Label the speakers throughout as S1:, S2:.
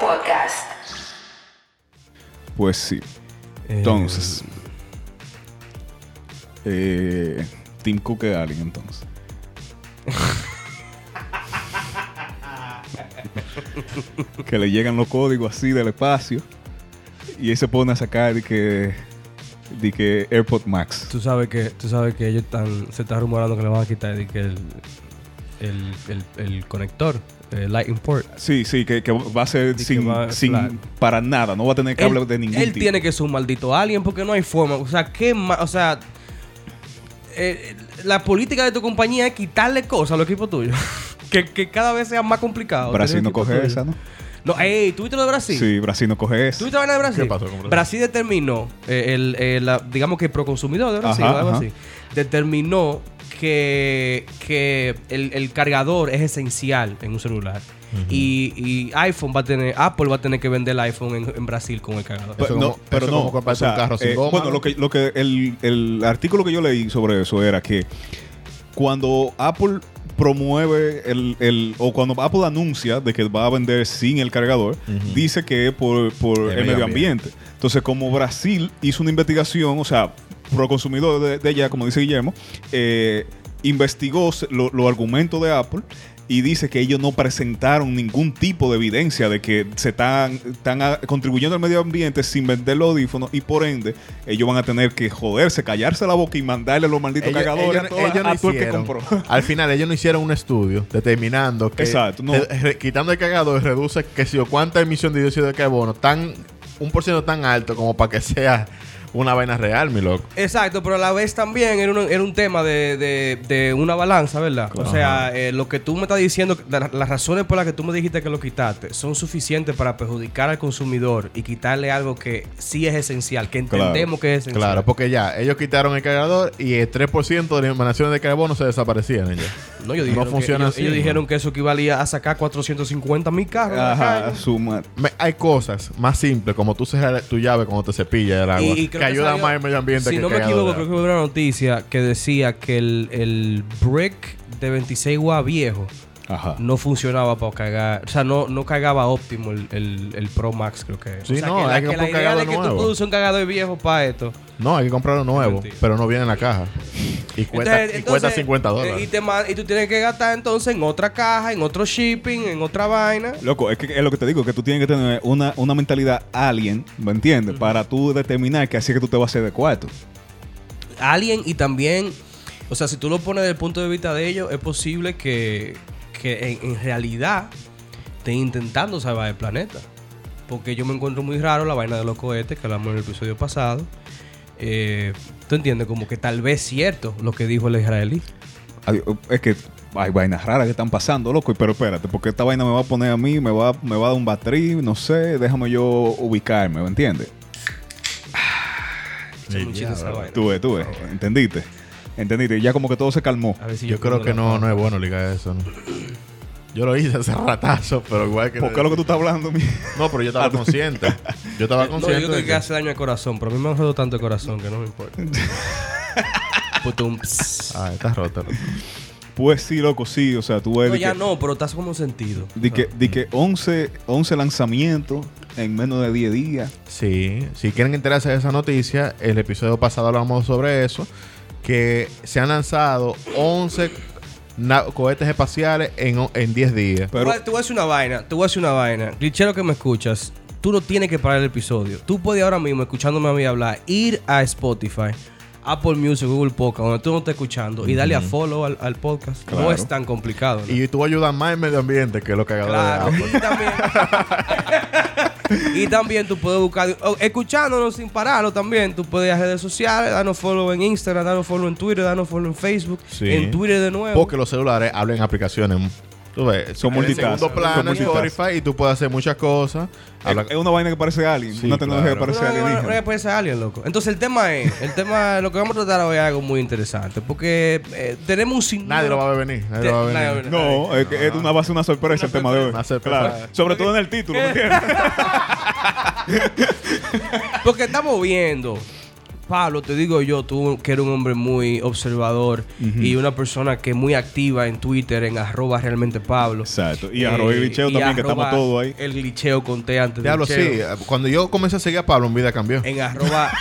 S1: Podcast.
S2: Pues sí. Entonces. Eh, Tim Cook es Alien, entonces. que le llegan los códigos así del espacio. Y él se pone a sacar de que. De que AirPod Max.
S3: Tú sabes que, tú sabes que ellos están, se está rumorando que le van a quitar de que el, el, el, el conector, el Lightning Port.
S2: Sí, sí, que, que va a ser
S3: que
S2: sin,
S3: va a
S2: sin-
S3: flat.
S2: para nada. No va a tener cable de ningún
S3: él
S2: tipo.
S3: tiene que ser un maldito alien porque no hay forma. O sea, ¿qué más? O sea, eh, la política de tu compañía es quitarle cosas a los equipos tuyos. que, que cada vez sea más complicado.
S2: Brasil
S3: tener
S2: no
S3: equipos
S2: coge
S3: tuyos.
S2: esa, ¿no?
S3: No, ey, ¿tú viste lo de Brasil?
S2: Sí, Brasil no coge esa.
S3: Ah, ¿Tú viste la vaina de Brasil?
S4: ¿Qué pasó con Brasil?
S3: determinó, eh, el, eh, la- digamos que el proconsumidor de Brasil,
S2: Ajá,
S3: o algo
S2: ajá.
S3: así, determinó que, que el, el cargador es esencial en un celular. y, y iPhone va a tener, Apple va a tener que vender el iPhone en, en Brasil con el cargador.
S4: Eso
S2: Pero
S4: como-
S2: no, pero
S4: eso
S2: no.
S4: como comprarse
S2: o sea,
S4: un carro sin
S2: eh,
S4: goma,
S2: Bueno,
S4: ¿no?
S2: lo que, lo que el, el artículo que yo leí sobre eso era que cuando Apple promueve el, el- o cuando Apple anuncia de que va a vender sin el cargador,
S4: Ujú.
S2: dice que es por, por
S4: El
S2: el,
S4: medio
S2: medio ambiente. Entonces, como Brasil hizo una investigación, o sea, pro consumidor de, de ella, como dice Guillermo, eh, investigó se- lo- los argumentos de Apple y dice que ellos no presentaron ningún tipo de evidencia de que se están, están a- contribuyendo al medio ambiente sin vender los audífonos y por ende ellos van a tener que joderse, callarse la boca y mandarle los malditos
S4: Ellos-
S2: cargadores
S4: ellos-
S2: a, toda-
S4: ellos no
S2: a todo el que
S4: hicieron.
S2: compró.
S4: Al final, ellos no hicieron un estudio determinando que
S2: Exacto, no.
S4: eh, re- quitando el cargador reduce que si o cuánta emisión de dióxido de carbono tan un por ciento tan alto como para que sea una vaina real, mi loco.
S3: Exacto, pero a la vez también era un, era un tema de, de- de una balanza, ¿verdad? O sea, eh, lo que tú me estás diciendo, la- las razones por las que tú me dijiste que lo quitaste son suficientes para perjudicar al consumidor y quitarle algo que sí es esencial, que
S2: Claro,
S3: entendemos que es esencial.
S4: Claro, porque ya ellos quitaron el cargador y el 3% de las emanaciones de carbono se desaparecían. Ya.
S3: No, ellos dijeron, que,
S4: funciona
S3: ellos,
S4: así.
S3: ellos
S4: ¿no?
S3: dijeron que eso equivalía a sacar 450 mil carros. de la calle.
S2: Ajá, suma.
S4: Me- hay cosas más simples como tú cerrar tu llave cuando te cepillas el agua que,
S3: creo
S4: ayuda
S3: salió-
S4: más al medio ambiente
S3: Si
S4: que
S3: no
S4: el
S3: me
S4: cargador
S3: equivoco,
S4: de
S3: creo que
S4: agua.
S3: hubo una noticia que decía que el, el brick de 26 watts viejo
S2: Ajá.
S3: no funcionaba para cargar, o sea, no, no cargaba óptimo el, el- el Pro Max, creo que.
S4: Sí,
S3: o sea,
S4: no,
S3: que la,
S4: hay que
S3: que la
S4: comprar
S3: idea
S4: cargador
S3: de que
S4: nuevo.
S3: tú produces un cargador viejo para esto.
S4: no hay que comprarlo nuevo
S3: Mentira.
S4: pero no viene en la caja y cuesta,
S3: Entonces-
S4: y cuesta
S3: entonces,
S4: 50
S3: eh,
S4: dólares
S3: Y, te ma- y tú tienes que gastar entonces en otra caja, en otro shipping, en otra vaina.
S2: Loco, es, que, es lo que te digo, que tú tienes que tener una, una mentalidad alien, ¿me entiendes? Para tú determinar que así es que tú te vas a hacer de cuarto.
S3: Alien y también, o sea, si tú lo pones desde el punto de vista de ellos, es posible que, que en, en realidad estén intentando salvar el planeta. Porque yo me encuentro muy raro la vaina de los cohetes que hablamos en el episodio pasado. Eh, ¿Tú entiendes? Como que tal vez cierto lo que dijo el israelí.
S2: Ay, Es que hay vainas raras que están pasando, loco, pero espérate, porque esta vaina me va a poner a mí, me va, me va a dar un batriz, no sé, déjame yo ubicarme, ¿me entiendes?
S3: Esa es muy chida esa vaina.
S2: Tú ves, tú ves, entendiste, entendiste, y ya como que todo se calmó.
S3: A ver si
S4: yo creo
S3: pongo
S4: que
S3: la-
S4: no, no es bueno ligar eso. ¿no? Yo lo hice hace ratazo, pero igual que.
S2: ¿Por qué es lo que tú estás hablando, mi?
S4: No, pero yo estaba consciente. Yo estaba
S3: No, yo
S4: consciente.
S3: creo
S4: de
S3: que,
S4: que-
S3: hace daño al corazón, pero a mí me ha roto tanto el corazón que no me importa. Pues Putum, pss.
S4: Ah, está rota. loco.
S2: Pues sí, loco, sí, o sea, tú ves...
S4: pues
S3: No,
S2: de
S3: ya
S2: que-
S3: no, pero estás como sentido. Ah.
S2: De que, de que 11, 11 lanzamientos en menos de 10 días.
S4: Sí, si quieren enterarse de esa noticia, el episodio pasado hablamos sobre eso. Que se han lanzado 11 na- cohetes espaciales en, o- en 10 días.
S2: Pero,
S3: Tú voy a decir una vaina, tú voy a decir una vaina. Clichero que me escuchas, tú no tienes que parar el episodio. Tú puedes ahora mismo, escuchándome a mí hablar, ir a Spotify, Apple Music, Google Podcast, donde tú no estés escuchando, y darle a follow al, al podcast. No
S2: Claro.
S3: es tan complicado. ¿no?
S4: Y tú ayudas más al medio ambiente que lo que
S3: Claro,
S4: hagas.
S3: y también, y también tú puedes buscar, o escuchándonos sin pararlo también, tú puedes ir a redes sociales, darnos follow en Instagram, darnos follow en Twitter, darnos follow en Facebook,
S4: Sí.
S3: en Twitter de nuevo.
S4: Porque los celulares hablan en aplicaciones. Tú ves,
S2: Son
S4: en el
S2: multitask,
S4: segundo
S2: son
S4: plano en
S2: multitask.
S4: Spotify y tú puedes hacer muchas cosas. Habla-
S2: es, es una vaina que parece alien,
S4: Sí,
S2: una tecnología
S4: claro.
S2: que parece
S3: Una- una-
S2: alienígena.
S3: una- puede ser alien, loco. Entonces el tema es, el tema, lo que vamos a tratar hoy es algo muy interesante, porque eh, tenemos un sinnúmero-
S4: Nadie lo va a ver venir. Nadie
S3: Te-
S4: lo va a ver
S3: nadie
S4: venir.
S3: lo
S2: No, es, que es una, va a ser una sorpresa el tema de hoy.
S4: Una sorpresa.
S2: Claro. Sobre todo en el título, ¿me entiendes?
S3: Porque estamos viendo Pablo, te digo yo, tú que eres un hombre muy observador
S2: Ujú.
S3: y una persona que es muy activa en Twitter, en arroba realmente Pablo.
S2: Exacto. Y
S3: Eh,
S2: arroba el glitcheo
S3: y
S2: también, que estamos
S3: arroba
S2: todos ahí.
S3: El glitcheo conté antes del
S4: Diablo, sí.
S3: glitcheo.
S4: Cuando yo comencé a seguir a Pablo, mi vida cambió.
S3: En arroba.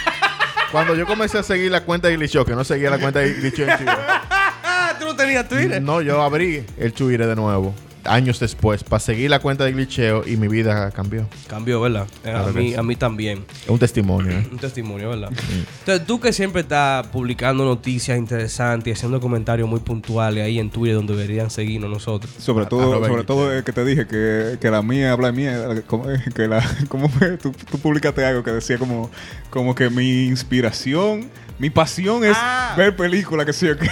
S4: Cuando yo comencé a seguir la cuenta de Glitcho, que no seguía la cuenta de Glitcho en Twitter.
S3: ah, tú no tenías Twitter.
S4: No, yo abrí el Twitter de nuevo. Años después, para seguir la cuenta de Glitcheo y mi vida cambió.
S3: Cambió, ¿verdad? Eh, a,
S4: Claro que
S3: mí,
S4: sí.
S3: a mí también.
S4: Es un testimonio. ¿eh?
S3: Un testimonio, ¿verdad? Entonces, tú que siempre estás publicando noticias interesantes y haciendo comentarios muy puntuales ahí en Twitter donde deberían seguirnos nosotros.
S2: Sobre
S4: A-
S2: todo,
S4: arroba el
S2: sobre todo eh, que te dije que, que la mía habla de mía, eh, como- eh, que la, como fue? tú, tú publicaste algo que decía como, como que mi inspiración, mi pasión es
S3: Ah.
S2: ver películas, que sí o qué.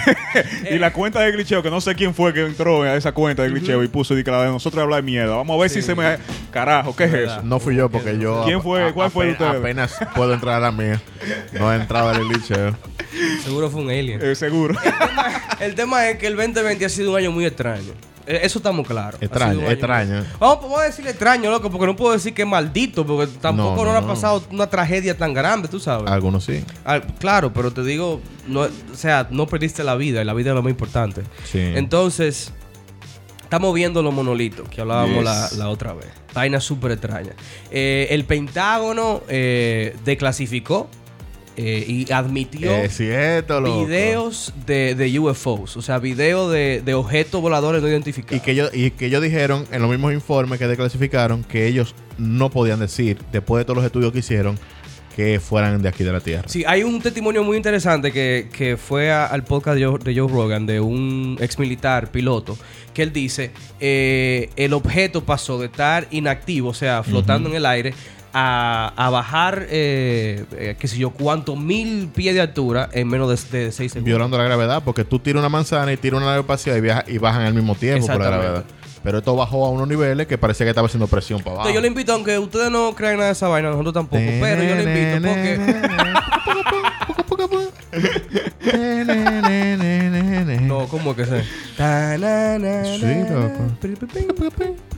S2: y
S3: Eh.
S2: la cuenta de glitcheo, que no sé quién fue que entró a esa cuenta de glitcheo y puso de que la de nosotros habla de mierda. Vamos a ver si
S3: Sí.
S2: se me... Carajo, ¿qué es
S3: Verdad.
S2: eso?
S4: No fui yo porque yo.
S2: ¿Quién fue? ¿Cuál fue de
S4: apenas,
S2: ustedes?
S4: Apenas puedo entrar a la mía. No he entrado al Glitcheo.
S3: Seguro fue un alien.
S2: Eh, seguro.
S3: El tema es que el 2020 ha sido un año muy extraño. Eh, Eso estamos claros. Ha
S4: Extraño,
S3: sido un año
S4: extraño.
S3: muy- Vamos, vamos a decirle extraño, loco, porque no puedo decir que maldito, porque tampoco
S4: No,
S3: no,
S4: no,
S3: ha
S4: no.
S3: pasado una tragedia tan grande, tú sabes.
S4: Algunos sí.
S3: Ah, claro, pero te digo, no, o sea, no perdiste la vida, y la vida es lo más importante.
S4: Sí.
S3: Entonces, estamos viendo los monolitos que hablábamos
S2: Yes.
S3: la, la otra vez. Vaina súper extraña. Eh, el Pentágono eh, declasificó eh, y admitió
S4: Es cierto, loco.
S3: videos de, de UFOs, o sea, videos de, de objetos voladores no identificados.
S4: Y que, ellos, y que ellos dijeron en los mismos informes que declasificaron que ellos no podían decir, después de todos los estudios que hicieron, que fueran de aquí de la Tierra.
S3: Sí, hay un testimonio muy interesante que, que fue a- al podcast de Joe, de Joe Rogan de un ex militar piloto que él dice eh, el objeto pasó de estar inactivo, o sea, flotando en el aire, a, a bajar, eh, eh, qué sé yo, cuántos mil pies de altura en menos de, de seis segundos.
S4: Violando la gravedad, porque tú tiras una manzana y tiras una nave espacial y, viaja- y bajan al mismo tiempo por la
S3: Exactamente.
S4: gravedad. Pero esto bajó a unos niveles que parecía que estaba haciendo presión para abajo.
S3: Entonces, yo le invito, aunque ustedes no crean nada de esa vaina, nosotros tampoco, pero yo le invito porque...
S4: porque.
S3: No, ¿cómo es que se? Ta, na, na,
S4: Sí,
S3: na,
S4: loco.
S3: na, pri, pri, pri,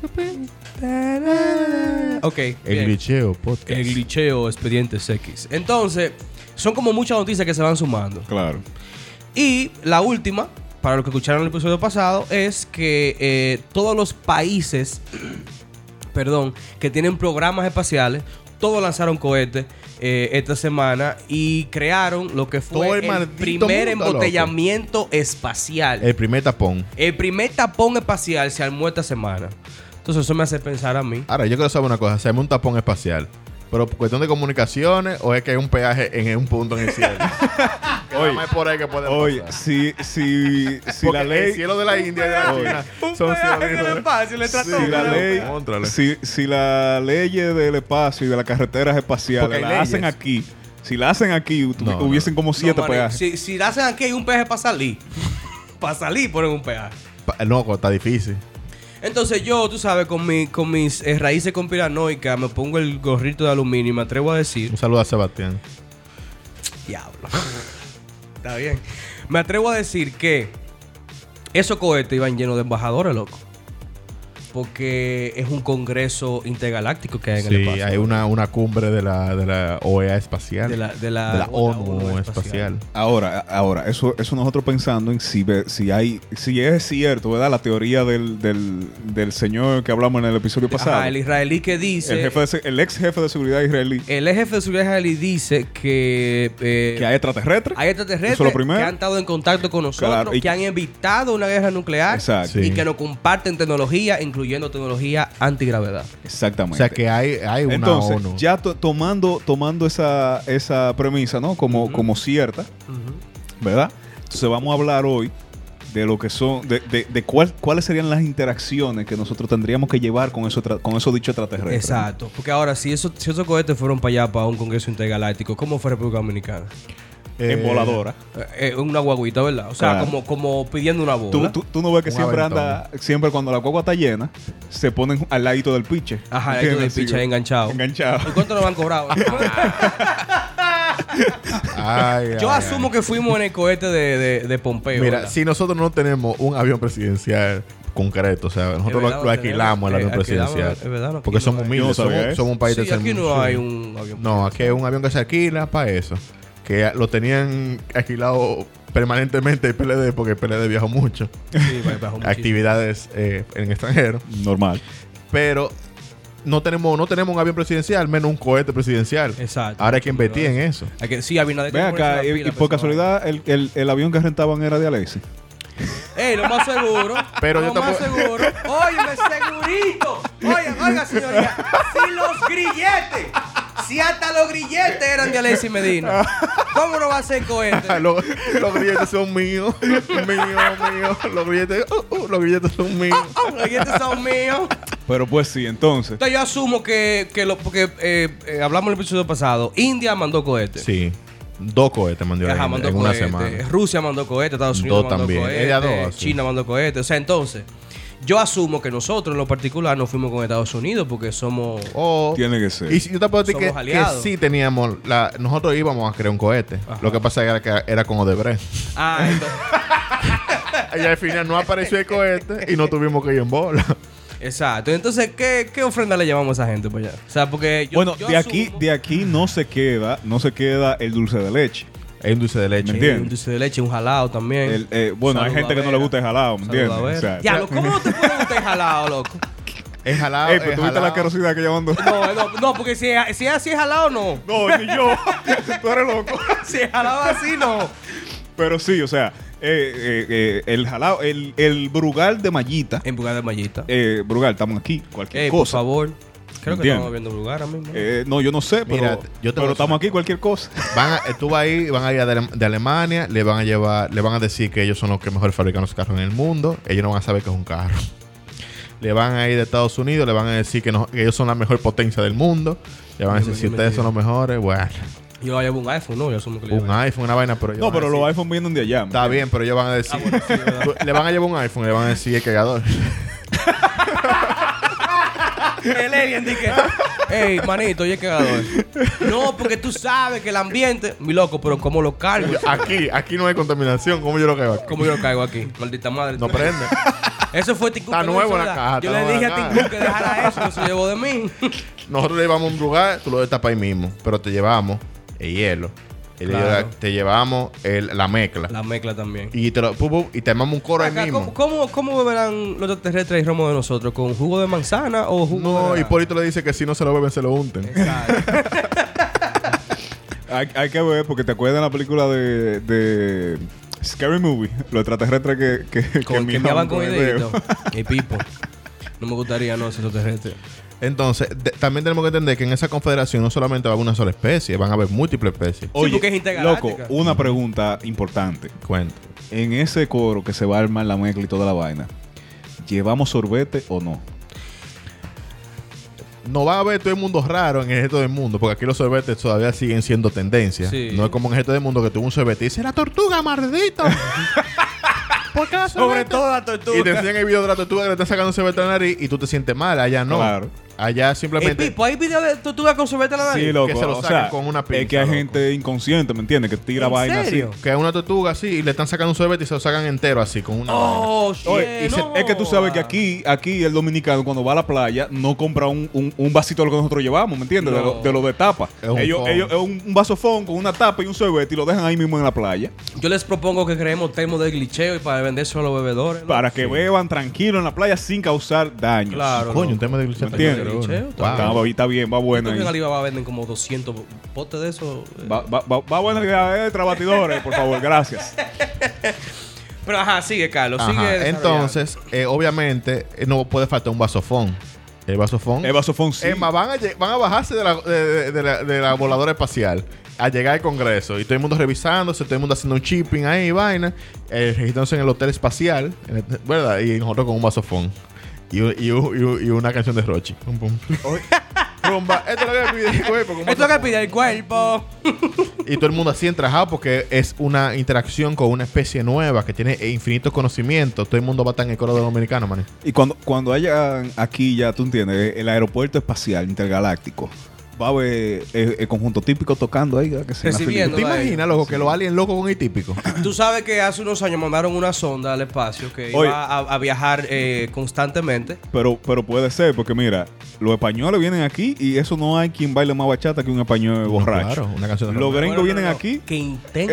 S3: ta, na, na. Ok.
S4: El
S3: bien.
S4: glitcheo podcast.
S3: El glitcheo, expedientes X. Entonces, son como muchas noticias que se van sumando.
S2: claro.
S3: Y la última, para los que escucharon el episodio pasado, es que eh, todos los países, perdón, que tienen programas espaciales, todos lanzaron cohetes eh, esta semana y crearon lo que
S4: Todo
S3: fue
S4: el
S3: el,
S4: maldito
S3: primer
S4: mundo, loco.
S3: embotellamiento espacial.
S4: El primer tapón.
S3: El primer tapón espacial se armó esta semana. Entonces eso me hace pensar a mí.
S4: Ahora, yo quiero saber una cosa. ¿Hacemos un tapón espacial? ¿Pero por cuestión de comunicaciones o es que hay un peaje en un punto en el cielo? Que nada
S2: Oye.
S4: más es por ahí que podemos
S2: Oye,
S4: pasar.
S2: si, si, si la
S4: Porque
S2: ley...
S4: El cielo de la India y de la
S2: Oye.
S4: China son cielos diferentes.
S2: Si la
S4: Pero,
S2: ley,
S4: contrale.
S2: si, si la ley del espacio y de las carreteras
S4: Porque
S2: espaciales
S4: hay
S2: la
S4: leyes.
S2: hacen aquí, si la hacen aquí, tu-
S4: No,
S2: hubiesen como siete
S3: No, manín,
S2: peajes.
S3: Si, si la hacen aquí hay un peaje para salir. para salir ponen un peaje.
S4: Pa- Loco, está difícil.
S3: Entonces yo, tú sabes, con, mi, con mis eh, raíces conspiranoicas me pongo el gorrito de aluminio y me atrevo a decir...
S4: Un saludo a Sebastián.
S3: Diablo. Está bien. Me atrevo a decir que esos cohetes iban llenos de embajadores, loco. Porque es un congreso intergaláctico que hay en el
S4: Sí,
S3: espacio.
S4: hay una, una cumbre de la, de la OEA espacial.
S3: De la, de la, E
S4: de la ONU espacial.
S2: Ahora, ahora, eso, eso nosotros pensando en si, ve- si hay, si es cierto, ¿verdad? La teoría del, del, del señor que hablamos en el episodio pasado.
S3: Ajá, el
S2: el,
S3: israelí que dice.
S2: jefe de se- el ex jefe de seguridad israelí.
S3: el ex jefe de seguridad israelí dice que. eh,
S2: que hay extraterrestres.
S3: hay extraterrestres
S2: Eso es lo primero.
S3: que han estado en contacto con nosotros,
S2: Claro, y-
S3: que han evitado una guerra nuclear
S2: Exacto.
S4: Sí.
S3: y que nos comparten tecnología, incluyendo tecnología antigravedad.
S4: O
S2: Exactamente.
S4: sea que hay, hay una
S2: Entonces,
S4: ONU.
S2: ya to- tomando, tomando esa, esa premisa, ¿no? Como, como cierta, ¿verdad? Entonces vamos a hablar hoy de lo que son, de, de, de cuál- cuáles serían las interacciones que nosotros tendríamos que llevar con eso, tra- con eso dicho extraterrestre.
S3: Exacto. Porque ahora, si, eso, si esos cohetes fueron para allá, para un congreso intergaláctico, ¿cómo fue República Dominicana?
S4: Eh,
S2: En voladora.
S3: Eh, eh, una guaguita, ¿verdad? O sea,
S2: Claro.
S3: como, como pidiendo una bola.
S2: Tú, tú- tú no ves que
S4: Un
S2: siempre
S4: aventón.
S2: anda, siempre cuando la guagua está llena, se ponen al ladito del piche.
S3: Ajá, al ladito del
S2: Así,
S3: piche, ahí enganchado. ¿Y
S2: Enganchado.
S3: cuánto nos han cobrado?
S4: Ay,
S3: Yo
S4: ay,
S3: asumo
S4: ay.
S3: que fuimos en el cohete de, de, de Pompeo.
S4: Mira,
S3: ¿verdad?
S4: si nosotros no tenemos un avión presidencial concreto, o sea, nosotros
S3: verdad, no
S4: lo,
S3: tenemos.
S4: lo alquilamos el
S3: Eh,
S4: avión
S3: alquilamos,
S4: presidencial.
S3: es verdad, no, aquí
S4: porque
S3: no
S4: somos
S3: hay.
S4: humildes,
S2: Yo no sabía
S4: somos,
S2: eso.
S4: somos un país
S3: Sí,
S4: tercer
S3: aquí no
S4: mundo.
S3: hay un avión.
S4: No, aquí hay un avión que se alquila para eso. que lo tenían alquilado permanentemente el PLD, porque el PLD viajó mucho,
S3: Sí, bajó muchísimo.
S4: actividades eh, en el extranjero,
S2: Normal.
S4: pero no tenemos, no tenemos un avión presidencial, menos un cohete presidencial.
S3: Exacto.
S4: Ahora hay que invertir en eso.
S3: Hay que- sí, Abinader
S2: Ven
S3: tiene que
S2: acá,
S3: ponerse
S2: y,
S3: las
S2: y
S3: pilas,
S2: por
S3: pero-
S2: casualidad, el, el- el avión que rentaban era de Alexis.
S3: Ey, lo más seguro.
S4: Pero
S3: lo
S4: yo
S3: más
S4: tampoco-
S3: seguro. Óyeme, segurito. Oigan, oiga, señoría. Si los grilletes, si hasta los grilletes eran de Alexis Medina, ¿cómo no va a ser coherente?
S4: Ah, Los, los grilletes son míos, míos, míos. Los grilletes, uh, uh, los grilletes son míos.
S3: Oh, los grilletes son míos.
S2: Pero pues sí, entonces.
S3: Entonces yo asumo que, que lo, porque eh, eh, hablamos en el episodio pasado, India mandó cohetes.
S4: Sí, dos cohetes mandó
S3: Ajá,
S4: en,
S3: mandó
S4: en una
S3: cohetes.
S4: semana.
S3: Rusia mandó cohetes, Estados Unidos
S4: Dos
S3: mandó
S4: también.
S3: cohetes,
S4: Ella dos, sí.
S3: China mandó cohetes. O sea, entonces, yo asumo que nosotros en lo particular no fuimos con Estados Unidos porque somos...
S4: O-
S2: Tiene que ser.
S4: Oh. Y si- yo te puedo decir
S3: Somos
S4: que, que
S3: aliados.
S4: sí teníamos, la, nosotros íbamos a crear un cohete.
S3: Ajá.
S4: Lo que pasa era que era con Odebrecht.
S3: Ah, entonces...
S4: y al final no apareció el cohete y no tuvimos que ir en bola.
S3: Exacto. Entonces, ¿qué, qué ofrenda le llevamos a esa gente para allá? O sea, porque yo,
S2: bueno,
S3: yo
S2: de aquí,
S3: asumo-
S2: de aquí no se queda, no se queda el dulce de leche.
S4: Hay un dulce de
S2: ¿Me
S4: leche.
S2: entiendes?
S3: Eh, un dulce de leche, un jalado también.
S2: El, eh, bueno, hay
S3: Saluda
S2: gente que no le
S3: Vera.
S2: gusta el jalado, ¿me entiendes?
S3: Saluda Vera.
S2: O sea, eh,
S3: Diablo, ¿cómo no te puede gustar el jalado, loco?
S4: Es jalado.
S2: Ey, pero
S4: es
S2: tú viste
S4: jalado.
S2: la carosidad que ella mandó.
S3: No, no, no, porque si es, si es así es jalado, no.
S2: No, ni yo. tú eres loco.
S3: Si es jalado así, no.
S2: Pero sí, o sea, eh, eh, eh, el jalado, el, el brugal de mallita.
S3: En lugar de mallita.
S2: Eh, brugal, estamos aquí, cualquier
S4: Eh,
S3: Ey, por
S2: cosa.
S3: favor. Creo que
S2: Entiendo.
S3: estamos viendo lugar ahora mismo. ¿no?
S2: Eh, no, yo no sé, pero,
S4: Mira, yo te
S2: pero
S4: voy a-
S2: estamos aquí, cualquier cosa.
S4: Van a- eh, tú vas ahí, van a ir a de, Ale- de Alemania, le van a llevar, le van a decir que ellos son los que mejor fabrican los carros en el mundo. Ellos no van a saber que es un carro. Le van a ir de Estados Unidos, le van a decir que, no- que ellos son la mejor potencia del mundo. Le van a
S3: Yo me-
S4: decir, si
S3: yo me
S4: ustedes
S3: tiro.
S4: son los mejores, bueno,
S3: Yo llevo un iPhone, ¿no? Yo asumo que le
S4: un
S3: llevo-
S4: iPhone, una vaina, pero ellos
S2: No,
S4: van a
S2: pero los
S4: decir-
S2: iPhone vienen de allá.
S4: Está bien, pero ellos van a
S3: Ah,
S4: decir. Tú- le van a llevar un iPhone y le van a decir el cagador.
S3: El alien dije, ey, manito, oye, cagador. No, porque tú sabes que el ambiente. Mi loco, pero ¿cómo lo cargo?
S4: Aquí, aquí no hay contaminación. ¿Cómo yo lo caigo aquí?
S3: ¿Cómo yo lo caigo aquí? Maldita madre.
S4: No prende.
S3: Eso fue Tincú.
S4: Está
S3: que lo
S4: nuevo
S3: hizo,
S4: la
S3: ¿verdad?
S4: caja,
S3: Yo
S4: está
S3: le
S4: nueva
S3: dije
S4: la
S3: a
S4: caja.
S3: Tincú que dejara eso, que se llevó de mí.
S4: Nosotros le llevamos a un lugar, tú lo destapas ahí mismo. Pero te llevamos el hielo. El hielo,
S3: Claro.
S4: te llevamos el- la mezcla.
S3: La mezcla también.
S4: Y te lo, pu, pu, y te armamos un coro ahí
S3: Acá,
S4: mismo.
S3: ¿cómo, cómo, cómo beberán los extraterrestres y romo de nosotros? ¿Con jugo de manzana o jugo Eh. de.?
S4: No,
S3: naranja?
S4: Hipólito le dice que si no se lo beben, se lo unten.
S3: Exacto.
S2: Hay, hay que ver, porque te acuerdas de la película de, de Scary Movie, los extraterrestres que, que, que
S3: Con, que me
S2: miaban
S3: con
S2: el
S3: el
S2: dedo.
S3: dedito. Y pipo. No me gustaría, no, esos extraterrestres.
S4: Entonces, de- también tenemos que entender que en esa confederación no solamente va a haber una sola especie, van a haber múltiples especies.
S2: Oye,
S3: porque es intergaláctica.
S2: loco, una pregunta importante.
S4: Cuento.
S2: En ese coro que se va a armar la mezcla y toda la vaina, ¿llevamos sorbete o no?
S4: No va a haber todo el mundo raro en el resto del mundo, porque aquí los sorbetes todavía siguen siendo tendencia.
S3: Sí.
S4: No es como en el resto del mundo que tuvo un sorbete y dice, la tortuga, maldito. ¿Por qué la sorbete?
S3: la
S4: Y te enseñan el video de la tortuga que le están sacando un sorbete a la nariz y tú te sientes mal. Allá no.
S2: Claro.
S4: Allá
S3: Ey,
S4: simplemente...
S3: pipo, ¿hay video de tortuga con sorbete en la nariz?
S2: Sí, loco.
S4: que se lo
S2: o
S4: saquen
S2: sea,
S4: con una
S2: Es
S4: pinza,
S2: que hay
S4: loco.
S2: gente inconsciente, ¿me entiendes? Que tira
S3: ¿En
S2: vaina
S3: serio?
S2: así.
S4: Que es una tortuga así y le están sacando un sorbete y se lo sacan entero así con una... vaina.
S3: Oh, shit.
S2: Oye, y se-
S3: no.
S2: es que tú sabes que aquí, aquí el dominicano cuando va a la playa no compra un, un- un vasito de lo que nosotros llevamos, ¿me entiendes? De, lo,
S3: No.
S2: de lo de tapa.
S4: Es un
S2: ellos,
S4: fon.
S2: ellos, es un, un vaso fon con una tapa y un sorbete y lo dejan ahí mismo en la playa.
S3: Yo les propongo que creemos termos de glitcheo y para venderse a los bebedores. ¿no?
S2: Para que beban tranquilo en la playa sin causar daños.
S3: Claro.
S4: Coño,
S3: no.
S4: un tema de glucemia.
S2: ¿Me entiendes? Está,
S4: Wow.
S2: está bien, va bueno.
S3: Creo que en
S2: ahí.
S3: Alibaba venden como 200 potes de eso. eh.
S2: Va, va, va, va buena la idea de trabatidores, por favor, gracias.
S3: Pero ajá, sigue, Carlos.
S4: Ajá.
S3: Sigue
S4: Entonces, eh, obviamente, eh, no puede faltar un vasofón. El vasofón...
S2: El vasofón sí.
S4: Es más, van a, lle- van a bajarse de la, de- de- de la- de la voladora espacial a llegar al Congreso y todo el mundo revisándose, todo el mundo haciendo un chipping ahí, vaina, eh, registrándose en el hotel espacial, en el- ¿verdad? Y nosotros con un vasofón y, un- y un- y un- y una canción de Rochi. Pum, pum. Rumba. Esto es eh, lo que pide el cuerpo, con un
S3: Esto que
S4: vasofón.
S3: pide el cuerpo.
S4: Y todo el mundo así entrajado porque es una interacción con una especie nueva que tiene infinitos conocimientos. Todo el mundo va a estar en el coro de los dominicanos, man.
S2: Y cuando, cuando haya aquí, ya tú entiendes, el aeropuerto espacial intergaláctico, va a haber eh, el, el conjunto típico tocando ahí. ¿verdad? Que se en la
S3: Recibiendo.
S4: ¿Te
S3: Toda
S4: imaginas, loco, que los aliens locos con el típico?
S3: Tú sabes que hace unos años mandaron una sonda al espacio que
S2: Oye.
S3: iba a, a viajar eh, constantemente.
S2: Pero, pero puede ser, porque mira, los españoles vienen aquí y eso no hay quien baile más bachata que un español borracho.
S4: Claro, una canción de
S2: Los
S4: romance.
S2: gringos
S3: Bueno, no,
S2: vienen
S3: no, no.
S2: aquí.
S3: Que intento.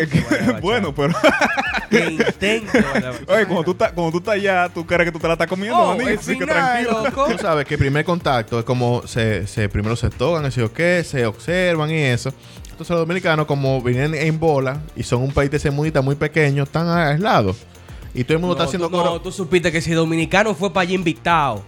S2: es que-
S3: bailar
S2: bueno, pero.
S3: bachata. Que intento. bailar bachata.
S2: Oye, cuando tú, estás, cuando tú estás allá, tú crees que tú te la estás comiendo,
S3: Oh,
S2: maní,
S3: el
S2: así que
S3: final,
S2: tranquilo.
S3: loco.
S4: Tú sabes que el primer contacto es como se, se primero se tocan, así o qué, se observan y eso. Entonces los dominicanos como vienen en bola y son un país de semudita muy pequeño, están aislados. Y todo el mundo
S3: No,
S4: está haciendo
S3: tú, no,
S4: coro-
S3: tú supiste que si dominicano fue para allá invitado,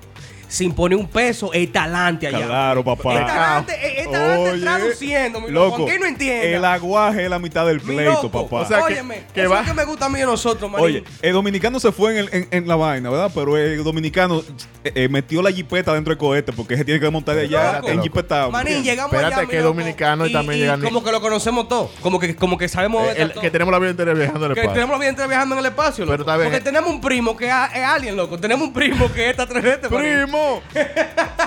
S3: sin poner un peso, es talante allá.
S2: Claro, papá.
S3: Es talante, es- es talante
S2: Oye,
S3: traduciendo, mi loco.
S2: loco.
S3: ¿Quién no entiende?
S2: El aguaje es la mitad del
S3: Mi
S2: pleito,
S3: loco,
S2: papá.
S4: O sea, que-
S3: óyeme,
S4: que
S3: eso
S4: va-
S3: es lo que me gusta a mí y a nosotros, manín.
S2: Oye, el dominicano se fue en, el- en- en la vaina, ¿verdad? Pero el dominicano eh, eh, metió la jipeta dentro del cohete porque se tiene que montar de allá
S3: Loco.
S2: en jipeta.
S3: Manín, llegamos
S4: Espérate
S3: allá, mi
S4: que
S3: loco,
S4: dominicano
S3: y-
S4: también
S3: y
S4: llegan-
S3: como que lo conocemos todo. Como que, como que sabemos
S4: Eh,
S3: dónde
S4: el-
S3: está todo.
S4: que tenemos la vida entera viajando en el
S3: Que
S4: espacio.
S3: tenemos la vida entera viajando en el espacio, loco.
S4: Pero está bien.
S3: Porque tenemos un primo que a- es alien, loco. Tenemos un primo que está terrestre. manín.
S4: ¡Primo!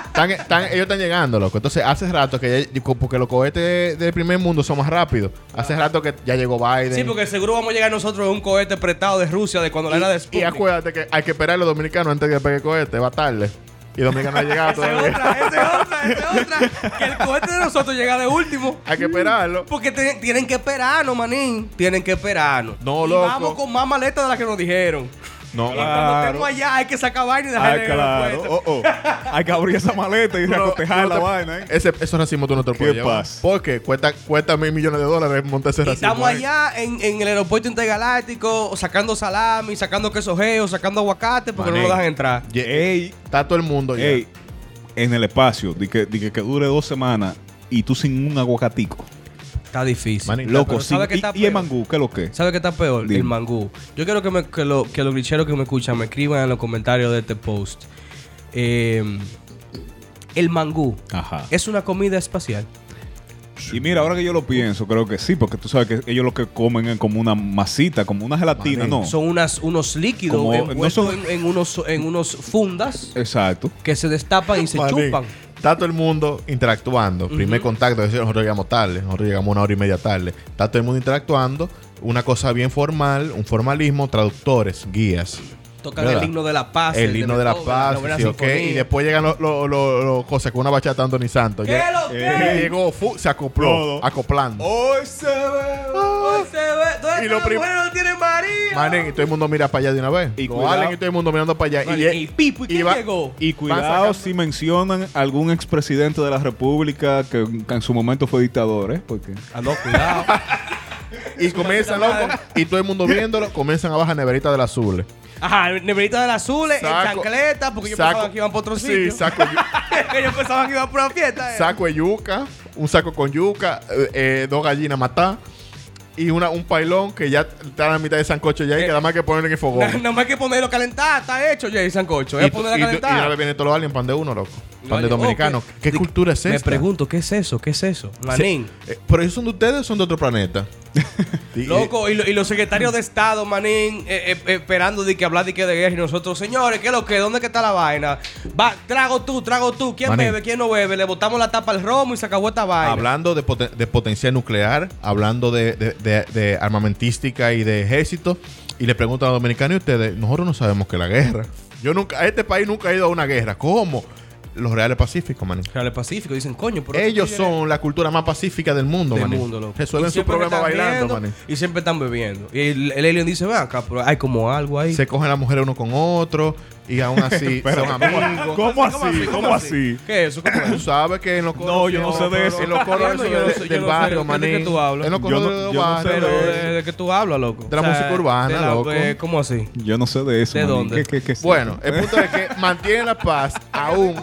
S4: Están- están- ellos están llegando, loco. Entonces, hace rato que ya. Porque los cohetes del primer mundo son más rápidos. Hace rato que ya llegó Biden.
S3: Sí, porque seguro vamos a llegar nosotros en un cohete prestado de Rusia de cuando la era de
S4: Y
S3: Sputnik.
S4: acuérdate que hay que esperar a los dominicanos antes de que pegue el cohete. Va tarde. Y Dominicano ha llegado
S3: Esa es
S4: todavía.
S3: otra, esa es otra, esa es otra. Que el cohete de nosotros llega de último.
S4: Hay que esperarlo.
S3: Porque te- tienen que esperarnos, manín. Tienen que esperarnos.
S4: No,
S3: y
S4: loco.
S3: vamos con más maletas de las que nos dijeron.
S4: No,
S3: Y cuando estemos allá hay que sacar vaina y
S2: Ah,
S3: dejar este.
S2: claro. Oh, oh. Hay que abrir esa maleta y recotejar la vaina, ¿eh?
S4: Ese, esos racimos tú no te los puedes
S2: ¿Qué
S4: llevar.
S2: pasa?
S4: Porque cuesta, cuesta mil millones de dólares montar ese
S3: Y
S4: racimo. ¿eh?
S3: estamos
S4: ahí.
S3: allá en, en el aeropuerto intergaláctico sacando salami, sacando queso geo, sacando aguacate porque no
S4: Manín.
S3: lo dejan entrar.
S4: Ye-
S2: Ey,
S4: Está todo el mundo ya.
S2: ey, en el espacio, di que, di que, que dure dos semanas y tú sin un aguacatico.
S3: Está difícil.
S4: Manín,
S2: Loco,
S4: pero
S2: sin,
S3: ¿sabe qué
S2: y,
S3: está
S2: y el
S3: peor?
S2: mangú, ¿qué es lo que? es?
S3: ¿Sabes qué está peor?
S2: Dime.
S3: El mangú. Yo quiero que, me- que lo- que los glitcheros que me escuchan me escriban en los comentarios de este post. Eh, el mangú
S2: Ajá.
S3: es una comida espacial.
S2: Y mira, ahora que yo lo pienso, creo que sí, porque tú sabes que ellos lo que comen es como una masita, como una gelatina,
S4: Maní.
S2: ¿no?
S3: Son unas, unos líquidos
S2: Como-
S3: envueltos
S2: no son-
S3: en, en unos, en unos fundas
S2: Exacto.
S3: que se destapan y se
S4: Manín,
S3: chupan.
S4: Está todo el mundo interactuando. Primer contacto, es decir, nosotros llegamos tarde, nosotros llegamos una hora y media tarde. Está todo el mundo interactuando. Una cosa bien formal, un formalismo, traductores, guías.
S3: Tocan
S4: ¿Verdad?
S3: el himno Ah, de la paz.
S4: el himno de la
S3: Beethoven,
S4: paz,
S3: novena
S4: sí, ok.
S3: sinfonía.
S4: Y después llegan los los- los- los cosas con una bachata de Anthony Santos.
S3: ¿Qué lo
S4: Llega-
S3: que?
S4: Llegó, fu- se acopló,
S2: Todo.
S4: acoplando.
S2: Hoy se ve.
S3: Hoy se ve- ¿Dónde
S4: Y
S3: está
S4: lo
S3: la
S4: prim-
S3: mujer? ¿No tiene marido?
S4: Manen, y todo el mundo mira para allá de una vez.
S2: Y
S4: Lo
S2: cuidado.
S4: valen y todo el mundo mirando para allá.
S3: Vale,
S4: lle-
S3: y Pipo, ¿y quién
S4: va-
S3: llegó?
S2: Y cuidado
S4: Van sacando-
S2: si mencionan algún expresidente de la República que en que en su momento fue dictador, ¿eh? Porque...
S3: Ah, no, cuidado.
S4: Y comienzan, loco. Y todo el mundo viéndolo, comienzan a bajar neveritas del azul.
S3: Ajá, neverita del azul, en
S4: Saco-
S3: chancleta, porque yo
S4: saco-
S3: pensaba que iban por otro
S4: Sí,
S3: sitio.
S4: saco, yu-
S3: Ellos pensaban que iban por una fiesta. eh.
S4: saco de yuca, un saco con yuca, eh, eh, dos gallinas matadas y una, un pailón que ya está a la mitad de sancocho ya y
S3: Eh,
S4: que nada más que ponerle en el fogón.
S3: Na- Nada más que ponerlo calentar, está hecho, Jay Sancocho.
S4: Y,
S3: Es
S4: tú-
S3: ponerlo a
S4: y tú- y ahora
S3: calentar.
S4: viene todos los aliens, pan de uno, loco.
S3: Los
S4: Pan de
S3: aliens, oh,
S4: dominicano.
S3: ¿qué-
S4: ¿Qué,
S3: de-
S4: cultura es
S3: Me
S4: esta?
S3: pregunto, ¿qué es eso? ¿Qué es eso? Manín.
S4: Sí. Eh, ¿Pero ellos son de ustedes o son de otro planeta? Sí,
S3: Loco, y, lo- y los secretarios de Estado, manín, eh, eh, esperando de que hablar de que de guerra y nosotros, señores, ¿qué es lo que? ¿Dónde que está la vaina? Va, trago tú, trago tú, ¿quién
S4: Manín.
S3: bebe, quién no bebe? Le botamos la tapa al romo y se acabó esta vaina.
S4: Hablando de, poten- de potencia nuclear, hablando de, de- de- de armamentística y de ejército, y le preguntan a los dominicanos y ustedes, nosotros no sabemos que la guerra. Yo nunca, este país nunca ha ido a una guerra. ¿Cómo? Los reales pacíficos, maní.
S3: Real Pacífico, dicen, coño, pero
S4: Ellos
S3: estos tigres
S4: son la cultura más pacífica del mundo,
S3: del
S4: maní.
S3: mundo, loco.
S4: Resuelven
S3: Y
S4: su
S3: siempre
S4: problema
S3: están
S4: bailando,
S3: riendo,
S4: maní.
S3: Y siempre están bebiendo. Y el, el alien dice, ven acá, pero hay como algo ahí.
S4: Se cogen las mujeres uno con otro y aún así son amigos.
S2: ¿Cómo así? ¿Cómo así?
S3: ¿Qué es eso? ¿Cómo es?
S4: Tú sabes que en los coros.
S2: No, yo no sé de
S4: en
S2: eso. Ah,
S4: los coros
S3: Yo no-
S4: esos
S3: yo no
S4: de-
S3: sé- yo
S4: del
S3: no sé
S4: barrio,
S3: de qué
S4: maní.
S3: tú hablas.
S4: En los coros
S2: Yo no-
S4: de los
S2: yo no sé
S4: barrios.
S3: Pero
S2: de
S3: de, de que tú hablas, loco.
S4: De la música urbana,
S3: de la-
S4: loco.
S3: eh, ¿Cómo así?
S2: Yo no sé de eso.
S3: ¿De
S2: maní.
S3: dónde?
S2: ¿Qué- qué- qué es eso?
S4: Bueno, el punto es que mantienen la paz aún.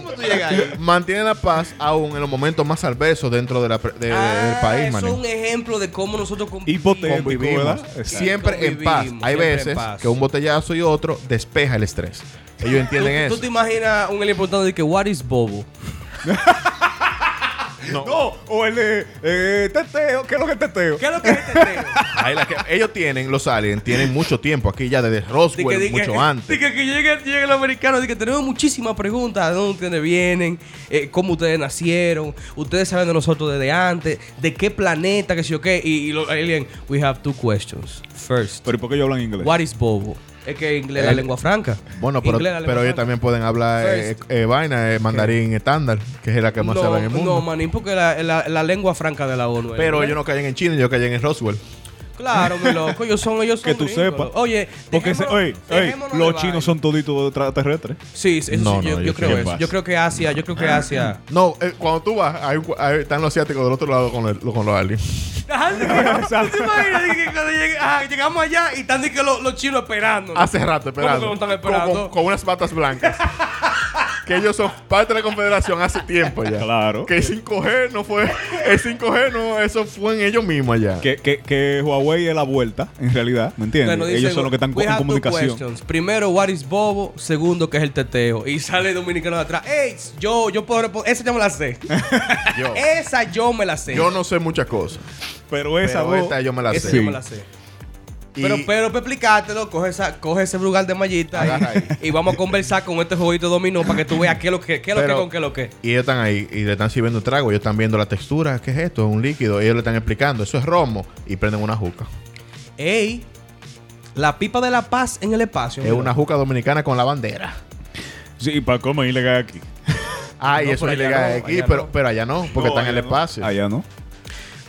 S4: Mantienen la paz aún en los momentos más adversos dentro de la pre- de- de- del país,
S3: eso
S4: maní.
S3: Ah, es un ejemplo de cómo nosotros convivimos.
S2: Hipotético.
S4: Convivimos.
S2: ¿verdad? Exacto.
S4: Siempre en
S3: Convivimos,
S4: paz. Hay
S3: siempre en
S4: veces
S3: paz.
S4: que un botellazo y otro despeja el estrés. Ellos
S3: ¿Tú,
S4: entienden
S3: tú
S4: eso.
S3: te imaginas un alien preguntando de que, what is bobo?
S4: No.
S2: No, o el de eh, teteo. ¿Qué es lo que es teteo?
S3: ¿Qué es lo que es este teo?
S4: Ahí la que- ellos tienen, los aliens, tienen mucho tiempo aquí ya desde
S3: Di
S4: Roswell,
S3: que- di que-
S4: mucho antes.
S3: di que, que llegue, llegue el americano, di que tenemos muchísimas preguntas, de dónde ustedes vienen, Eh, cómo ustedes nacieron, ustedes saben de nosotros desde antes, de qué planeta, qué sé yo qué, y, y los aliens, we have two questions. First,
S2: Pero ¿y por qué ellos hablan inglés?
S3: what is bobo? Es que inglés es la
S4: El-
S3: lengua franca.
S4: Bueno, pero,
S3: Inglés es la lengua
S4: pero ellos
S3: franca.
S4: también pueden hablar eh,
S3: First.
S4: eh, vaina, eh, mandarín estándar, que es la que más se habla en el
S3: No, no,
S4: mundo.
S3: manín, porque la, la- la lengua franca de la ONU. es
S4: pero
S3: inglés.
S4: ellos no caen en China, ellos caen en Roswell.
S3: Claro, mi loco, ellos son, ellos son.
S2: Que tú
S3: gringos,
S2: sepas.
S3: loco. Oye,
S2: Porque se-
S3: dejémonos-
S2: oye, oye,
S3: dejémonos de
S2: los
S3: vaina.
S2: chinos son toditos extraterrestres.
S3: Sí, eso sí,
S4: No,
S3: yo,
S4: no,
S3: yo
S4: yo Ah.
S3: creo
S4: creo
S3: eso.
S4: más.
S3: Yo creo que Asia, yo creo que Asia.
S4: No, eh, cuando tú vas, hay un cu- hay- están los asiáticos del otro lado con, el- con los aliens.
S3: ¿Tú te imaginas de que cuando llegue- ah, llegamos allá y están de que los, los chinos esperando?
S4: Hace rato esperando.
S3: ¿Cómo que no están esperando?
S4: Con, con- con unas patas blancas. que ellos son parte de la confederación hace tiempo ya.
S2: Claro.
S4: Que el 5G no fue. El 5G no, eso fue en ellos mismos allá.
S2: Que, que, que Huawei es la vuelta, en realidad. ¿Me entiendes?
S3: Bueno,
S2: ellos
S3: dicen,
S2: son los que están co-
S3: "We
S2: en
S3: have two
S2: comunicación.
S3: questions. Primero, what is bobo? Segundo, que es el teteo. Y sale el dominicano de atrás. ¡Ey! Yo, yo puedo responder. Esa yo me la sé.
S4: Yo,
S3: Esa yo me la sé.
S4: yo no sé muchas cosas.
S2: Pero esa
S4: Pero
S2: voz.
S4: esta yo me la
S3: Esa
S4: sé.
S3: yo
S2: Sí.
S3: me la sé.
S4: Y-
S3: Pero, pero para explicártelo, coge, esa, coge ese brugal de
S4: Agarra
S3: mallita
S4: ahí.
S3: y, y vamos a conversar con este jueguito dominó para que tú veas qué es lo que, qué es lo que
S4: Pero-
S3: con qué es lo que.
S4: Y ellos están ahí y le están sirviendo trago. Ellos están viendo la textura. ¿Qué es esto? Es un líquido. Ellos le están explicando. Eso es romo. Y prenden una juca.
S3: Ey, la pipa de la paz en el espacio.
S4: Es
S3: mira.
S4: una juca dominicana con la bandera.
S2: Sí, para comer ilegal aquí.
S4: Ay,
S3: No,
S4: eso
S3: pero
S4: es
S3: allá
S4: ilegal
S3: no,
S4: aquí.
S3: allá
S4: pero,
S3: no.
S4: pero allá no, porque
S2: No,
S4: están en
S2: allá
S4: el
S2: no.
S4: espacio.
S2: Allá no.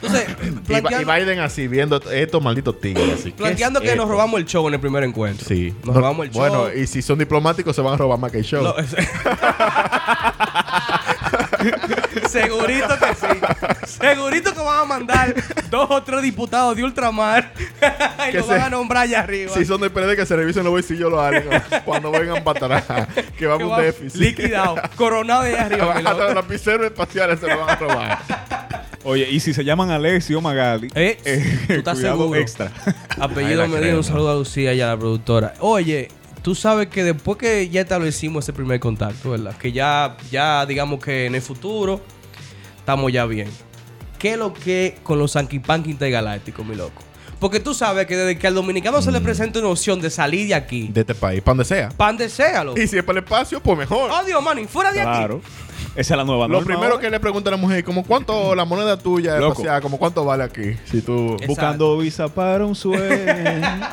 S3: Entonces,
S4: Y, Ba- y
S3: planteando-
S4: Biden así viendo estos malditos tigres. Así. ¿Qué
S3: Planteando
S4: es
S3: que nos
S4: esto?
S3: robamos el show en el primer encuentro.
S4: Sí.
S3: Nos
S4: No,
S3: robamos el show.
S4: Bueno, y si son diplomáticos se van a robar más que el show.
S3: Lo- Segurito que sí. Segurito que van a mandar dos o tres diputados de ultramar y
S4: Que
S3: los
S4: se-
S3: van a nombrar allá arriba.
S4: si son de PRD que se revisen los bolsillos los aliens cuando vengan para atrás. que van
S3: Que
S4: a un
S3: va-
S4: déficit.
S3: Liquidado, coronado de allá arriba. mi
S4: Hasta los
S3: loco.
S4: lapiceros espaciales se lo van a robar.
S2: Oye, y si se llaman Alessio Magali.
S3: Eh, ¿tú estás
S2: cuidado
S3: seguro?
S2: extra.
S3: Apellido
S4: Ahí la
S3: Medina,
S4: crema.
S3: un saludo a Lucía y a la productora. Oye, tú sabes que después que ya establecimos ese primer contacto, ¿verdad? Que ya, ya digamos que en el futuro estamos ya bien. ¿Qué es lo que con los Sankipanki intergalácticos, mi loco? Porque tú sabes que desde que al dominicano se le presenta una opción de salir de aquí,
S4: De este país, para donde sea.
S3: pan de séalo.
S4: Y si es para el espacio, pues mejor.
S3: ¡Oh, Dios, man! ¡Fuera de
S2: Claro. Esa es la nueva
S4: Lo
S2: norma
S4: primero
S2: ahora.
S4: que le pregunta a la mujer, como cuánto la moneda tuya
S2: Loco.
S4: espacial, como cuánto vale aquí. Si tú.
S3: Eh,
S2: Buscando visa para un sueño.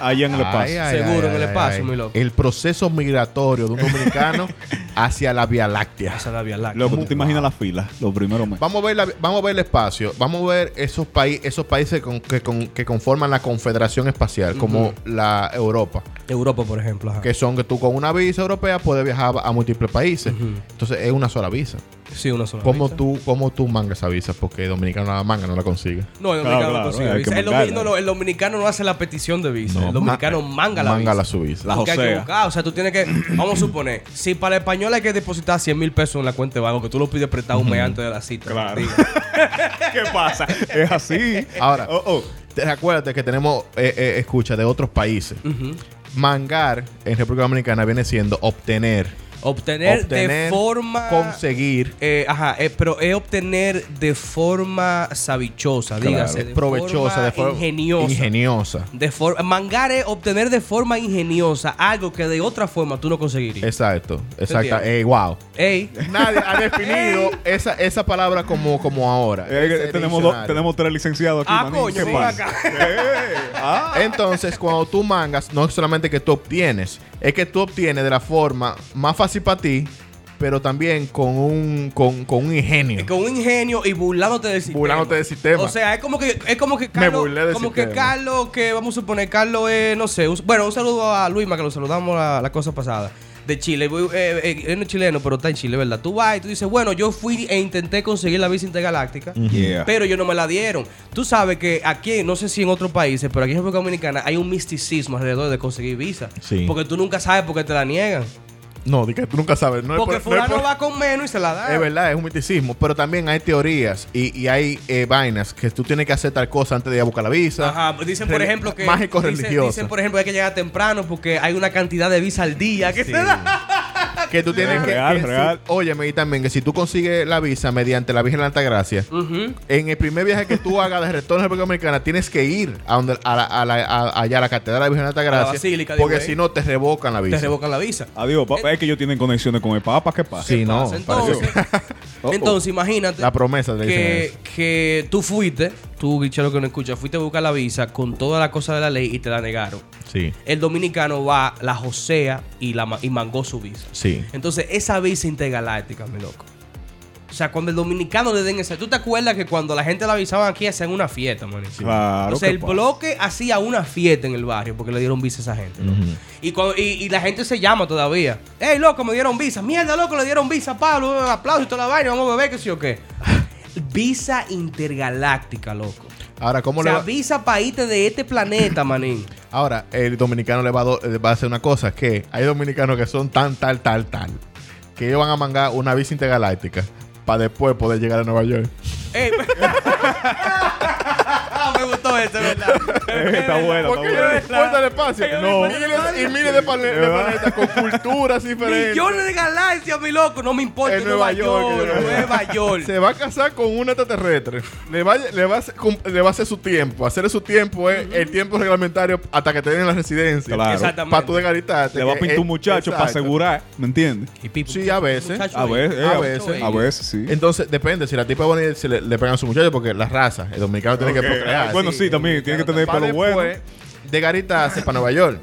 S2: Allá en el
S4: Ay,
S2: espacio.
S4: ay,
S3: Seguro
S4: ay,
S3: que le
S4: ay,
S3: paso,
S4: ay.
S3: mi loco.
S4: El proceso migratorio de un dominicano hacia la Vía Láctea.
S3: aquí! Esa es la Vía Láctea.
S2: Loco, ¿tú te imaginas la fila? Los primeros meses.
S4: Vamos a ver, la- vamos a ver el espacio. Vamos a ver esos, paí- esos países con- que, con- que conforman la Confederación Espacial, como la Europa.
S3: Europa, por ejemplo. ajá.
S4: Que son que tú con una visa europea puedes viajar a múltiples países.
S3: Ujú.
S4: Entonces es una sola visa.
S3: Sí, una sola.
S4: ¿Cómo
S3: vista.
S4: tú, ¿Cómo tú mangas esa visa? Porque dominicano la manga, no la consigue.
S3: No,
S2: Claro,
S3: el dominicano
S2: claro,
S3: no consigue
S2: hay
S3: visa.
S2: que
S3: El domi-
S2: mandarla.
S3: no, no, el dominicano no hace la petición de visa.
S4: No,
S3: el dominicano
S4: ma-
S3: manga la
S4: manga
S3: visa.
S4: la su visa.
S2: La
S3: Porque hay que
S2: josea.
S3: buscar. O sea, tú tienes que. Vamos a suponer, si para el español hay que depositar 100 mil pesos en la cuenta de banco, que tú lo pides prestado un mes antes de la cita.
S2: Claro.
S3: Digo,
S2: ¿Qué pasa? Es así.
S4: Ahora,
S2: Oh, oh.
S4: te- acuérdate que tenemos eh, eh, escucha de otros países.
S3: ujú.
S4: Mangar en República Dominicana viene siendo obtener.
S3: Obtener, de
S4: Obtener,
S3: forma.
S4: Conseguir.
S3: eh, ajá, eh, pero es obtener de forma sabichosa, dígase.
S4: claro,
S3: de
S4: provechosa, de forma
S3: ingeniosa.
S4: ingeniosa.
S3: de forma, mangar es obtener de forma ingeniosa algo que de otra forma tú no conseguirías.
S4: Exacto, exacto.
S3: entiendes?
S4: Eh, wow.
S3: Ey,
S4: Nadie ha definido esa, esa palabra como, como ahora.
S2: Eh,
S4: Ese
S2: tenemos,
S4: diccionario.
S2: dos- tenemos tres licenciados aquí.
S3: Ah,
S2: manín.
S3: coño,
S2: ¿Qué
S3: ven
S2: pasa?
S3: acá.
S2: Eh, ah.
S4: Entonces, cuando tú mangas, no es solamente que tú obtienes, es que tú obtienes de la forma más fácil para ti, pero también con un, con, con un ingenio.
S3: con un ingenio y burlándote del sistema.
S4: Burlándote del sistema.
S3: O sea, es como que es como que Carlos,
S4: burlé del
S3: como que
S4: sistema.
S3: Carlos que vamos a suponer Carlos es no sé, un- bueno, un saludo a Luisma que lo saludamos la, la cosa pasada. De Chile, Voy, eh, eh, él no es chileno, pero está en Chile, ¿verdad? Tú vas y tú dices, bueno, yo fui e intenté conseguir la visa intergaláctica,
S2: Yeah.
S3: pero ellos no me la dieron. Tú sabes que aquí, no sé si en otros países, pero aquí en República Dominicana hay un misticismo alrededor de conseguir visa.
S4: Sí.
S3: Porque tú nunca sabes por qué te la niegan.
S4: no, di que tú nunca sabes. No es
S3: Porque
S4: por- no es
S3: fulano
S4: por-
S3: va con menos y se la da.
S4: Es verdad, es un misticismo, pero también hay teorías y, y hay eh, vainas que tú tienes que hacer tal cosa antes de ir a buscar la visa.
S3: Ajá, pues dicen por
S4: Reli-
S3: ejemplo que.
S4: Mágico
S3: dicen,
S4: religioso.
S3: Dicen por ejemplo que hay que llegar temprano porque hay una cantidad de visa al día que
S4: Sí.
S3: se da.
S4: que tú tienes que.
S2: Real,
S4: que si-
S2: real.
S4: óyeme, y también que si tú consigues la visa mediante la Virgen de la Altagracia,
S3: Ujú.
S4: en el primer viaje que tú hagas de retorno a la República Dominicana, tienes que ir a donde, a la- a la- a- allá a la Catedral de la Virgen de la Altagracia.
S3: A la Basílica de
S4: porque
S3: Higüey.
S4: si no, te revocan la visa.
S3: Te revocan la visa.
S2: Adiós, papá. Es que ellos tienen conexiones con el Papa. ¿Qué pasa?
S4: Ah, Sí, no.
S3: Pasa,
S4: parece-
S3: Entonces,
S2: Oh, oh.
S3: entonces imagínate
S4: la promesa le dicen a
S3: que,
S4: eso.
S3: que tú fuiste, tú, guichero que no escucha, fuiste a buscar la visa con toda la cosa de la ley y te la negaron.
S4: Sí,
S3: El dominicano va, la josea y, la, ma- y mangó su visa.
S4: sí.
S3: Entonces, esa visa intergaláctica, mi loco. O sea, cuando el dominicano le den esa. ¿Tú te acuerdas que cuando la gente la avisaban aquí hacían una fiesta, man?
S2: Claro
S3: o sea,
S2: que
S3: el
S2: pasa.
S3: bloque hacía una fiesta en el barrio porque le dieron visa a esa gente. loco. y, cuando- y, y la gente se llama todavía. ¡Ey, loco, me dieron visa! ¡Mierda, loco, le dieron visa a Pablo! eh, Aplausos y toda la vaina, vamos a beber, qué sé yo qué. Visa intergaláctica, loco.
S4: Ahora, ¿cómo
S3: O
S4: le
S3: sea,
S4: va?
S3: visa países de este planeta, manín.
S4: Ahora, el dominicano le va, a do- eh, va a hacer una cosa, que hay dominicanos que son tan, tal, tal, tal, que ellos van a mangar una visa intergaláctica para después poder llegar a Nueva York.
S3: Ey, Ah, me gustó eso, es ¿verdad?
S2: Eh, Está bueno, está
S4: Porque ellos no
S2: bueno.
S4: importa el espacio.
S3: No.
S4: Miles y miles de, plane- de
S2: ¿Verdad?
S4: planetas con culturas diferentes.
S3: Millones de galaxias, mi loco. No me importa.
S4: En
S3: Nueva
S4: Nueva
S3: York.
S4: York, en
S3: Nueva
S4: Nueva
S3: York.
S4: Se va a casar con un extraterrestre. Le va, a- le va, a, hacer- cum- le va a hacer su tiempo. Hacer su tiempo es el tiempo reglamentario hasta que te den la residencia.
S2: Claro.
S3: Exactamente.
S4: Para tú desgaritarte.
S2: Le va a
S4: que
S2: pintar
S4: es-
S2: un muchacho para
S4: exacto.
S2: asegurar. ¿Me entiendes?
S3: Y pipo,
S4: Sí, a veces.
S3: muchacho,
S2: A
S3: ey,
S2: veces, eh,
S4: a
S2: a
S4: veces.
S2: veces, a veces, sí.
S4: Entonces, depende. Si la tipa es bonita, si le, le pegan a su muchacho, porque la raza, el dominicano tiene
S2: Ok.
S4: que procrear.
S2: Bueno,
S4: sí.
S2: sí, también. Tiene que tener
S4: Pa'
S2: pelo
S4: después,
S2: bueno.
S4: De garita hace para Nueva York.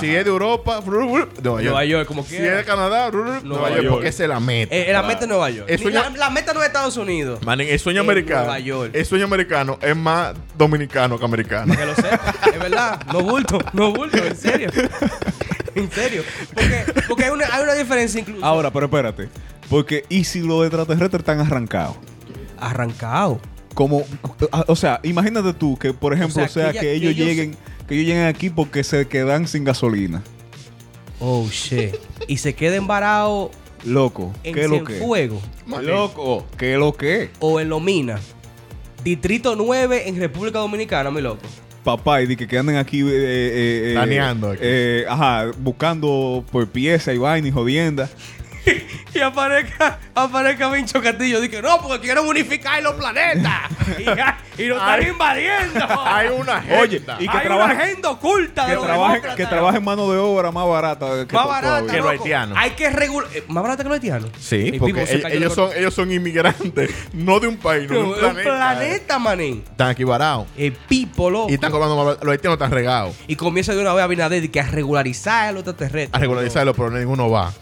S4: Si es de Europa, bru- bru- Nueva
S3: Nueva
S4: York.
S3: York, Eh, como
S4: Si
S3: que.
S4: es de Canadá, bru- bru- Nueva, York,
S2: York.
S4: porque esa es la meta.
S3: la meta es Nueva York.
S4: Eso
S3: Ni la,
S4: ya-
S3: la meta no es Estados Unidos.
S4: Manín, el sueño
S3: En
S4: americano.
S3: Nueva York.
S4: El sueño americano es más dominicano que americano.
S3: Que lo sepa. es verdad. No bulto. No bulto. En serio. En serio. Porque, porque hay, una, hay una diferencia incluso.
S2: Ahora, pero espérate. Porque, ¿y si los extraterrestres están arrancados?
S3: Arrancado.
S2: Como, a- o sea, imagínate tú que, por ejemplo,
S3: sea,
S2: o sea,
S3: que
S2: que,
S3: ya-
S2: ellos
S3: que ellos-
S2: lleguen, que ellos lleguen aquí porque se quedan sin gasolina.
S3: Oh, shit. Y se queda embarado
S2: Loco,
S3: en
S2: ¿qué es lo que?
S3: fuego
S4: Manín.
S2: Loco, ¿qué es lo que?
S3: o en Lomina. Distrito 9 en República Dominicana, mi loco.
S2: Papá, y di que, que anden aquí eh, eh, eh,
S4: Planeando aquí.
S2: eh, ajá, buscando por pieza y vaina y jodienda.
S3: Y aparezca, aparezca Vincho Castillo. Dice, no, porque quieren unificar los planetas. y, ya- y nos
S4: Ay.
S3: están invadiendo.
S4: Hay una
S2: Oye,
S4: agenda.
S2: y- que
S3: Hay
S2: trabajen-
S3: una agenda oculta Ah, de
S2: Que
S3: los
S2: trabajen,
S3: demócratas.
S2: que trabajen mano de obra más barata que
S3: Más
S2: to-
S3: barata,
S2: todavía.
S4: que los
S3: loco.
S4: haitianos.
S3: Hay que regular... eh, ¿Más barata que los haitianos?
S4: Sí,
S3: Mi
S4: porque
S3: pipo se
S4: ell-
S3: cayó
S4: ellos
S3: de-
S4: son, ellos son inmigrantes, no de un país, no de
S3: Pero
S4: un
S3: es un
S4: planeta. eh.
S3: planeta, manín.
S4: Están aquí varados.
S3: El pipo, loco.
S4: Y están cobrando más barato. Los haitianos están regados.
S3: Y comienza de una vez Abinader y que a regularizar a los extraterrestres.
S4: A regularizarlos, pero ninguno va.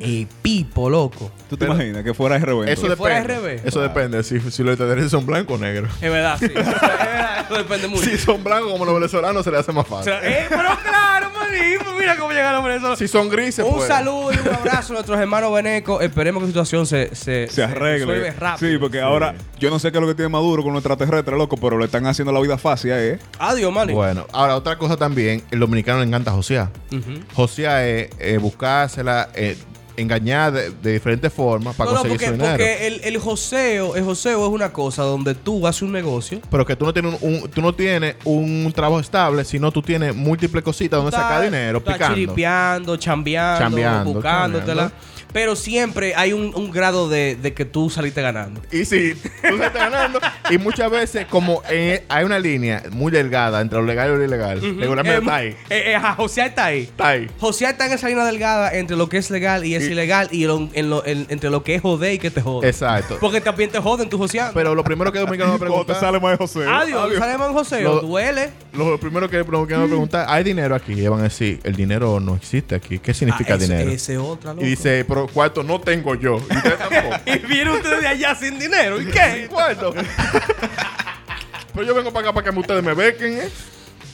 S3: El pipo, loco.
S2: ¿Tú te
S4: Pero-
S2: imaginas que fuera RB?
S4: Eso
S2: entonces?
S3: de- fuera
S4: depende.
S3: revés.
S4: Eso depende. Si, si los extraterrestres son blancos o negros.
S3: Es verdad, sí. Es verdad, eso depende mucho.
S4: Si son blancos como los venezolanos, se les hace más
S3: O
S4: fácil.
S3: sea, eh, pero claro, manín. pues Mira cómo llegaron por eso.
S4: si son grises,
S3: Un
S4: pues.
S3: saludo y un abrazo a nuestros hermanos venecos. Esperemos que la situación se, se,
S2: se arregle.
S3: resuelve rápido.
S2: Sí, porque ahora yo no sé qué es lo que tiene Maduro con los extraterrestres, loco, pero le están haciendo la vida fácil, ¿eh?
S3: Adiós, mani.
S4: Bueno, ahora otra cosa también, el dominicano le encanta josear.
S3: Ujú.
S4: Josear es eh, buscársela, eh, engañar de, de diferentes formas para
S3: No, no,
S4: conseguir
S3: porque,
S4: su dinero.
S3: porque el, el joseo, el joseo es una cosa donde tú haces un negocio.
S4: Pero que tú no tienes un, un- tú no tienes un trabajo estable, sino tú tienes múltiples cositas donde sacar dinero,
S3: estás
S4: picando.
S3: chiripeando, chambeando,
S4: Chambeando,
S3: buscándotela.
S4: chambeando.
S3: Pero siempre hay un, un grado de, de que tú saliste ganando.
S4: Y sí, tú se estás ganando. y muchas veces, como eh, hay una línea muy delgada entre lo legal y lo ilegal, regularmente está ahí.
S3: Eh, eh, ajá, Josear está ahí.
S4: Está ahí.
S3: Josear está en esa línea delgada entre lo que es legal y es
S4: Y-
S3: ilegal y lo- en lo- en- entre lo que es joder y que te jode.
S4: Exacto.
S3: Porque también te joden tú joseando.
S4: Pero lo primero que Dominicano me
S2: Cuando te
S4: pregunta,
S2: sale más José.
S3: Adiós, sale Juan José,
S4: Lo-
S3: duele.
S4: lo primero que Dominicano me
S3: Mm.
S4: pregunta, ¿hay dinero aquí? Y ellos van a decir, el dinero no existe aquí. ¿Qué significa
S3: Ah, ese-
S4: dinero?
S3: Ese otra,
S4: Y dice, pero cuarto no tengo yo. Y usted tampoco.
S3: y viene usted de allá sin dinero. ¿Y qué?
S4: cuarto. pero yo vengo para acá para que ustedes me bequen, ¿eh?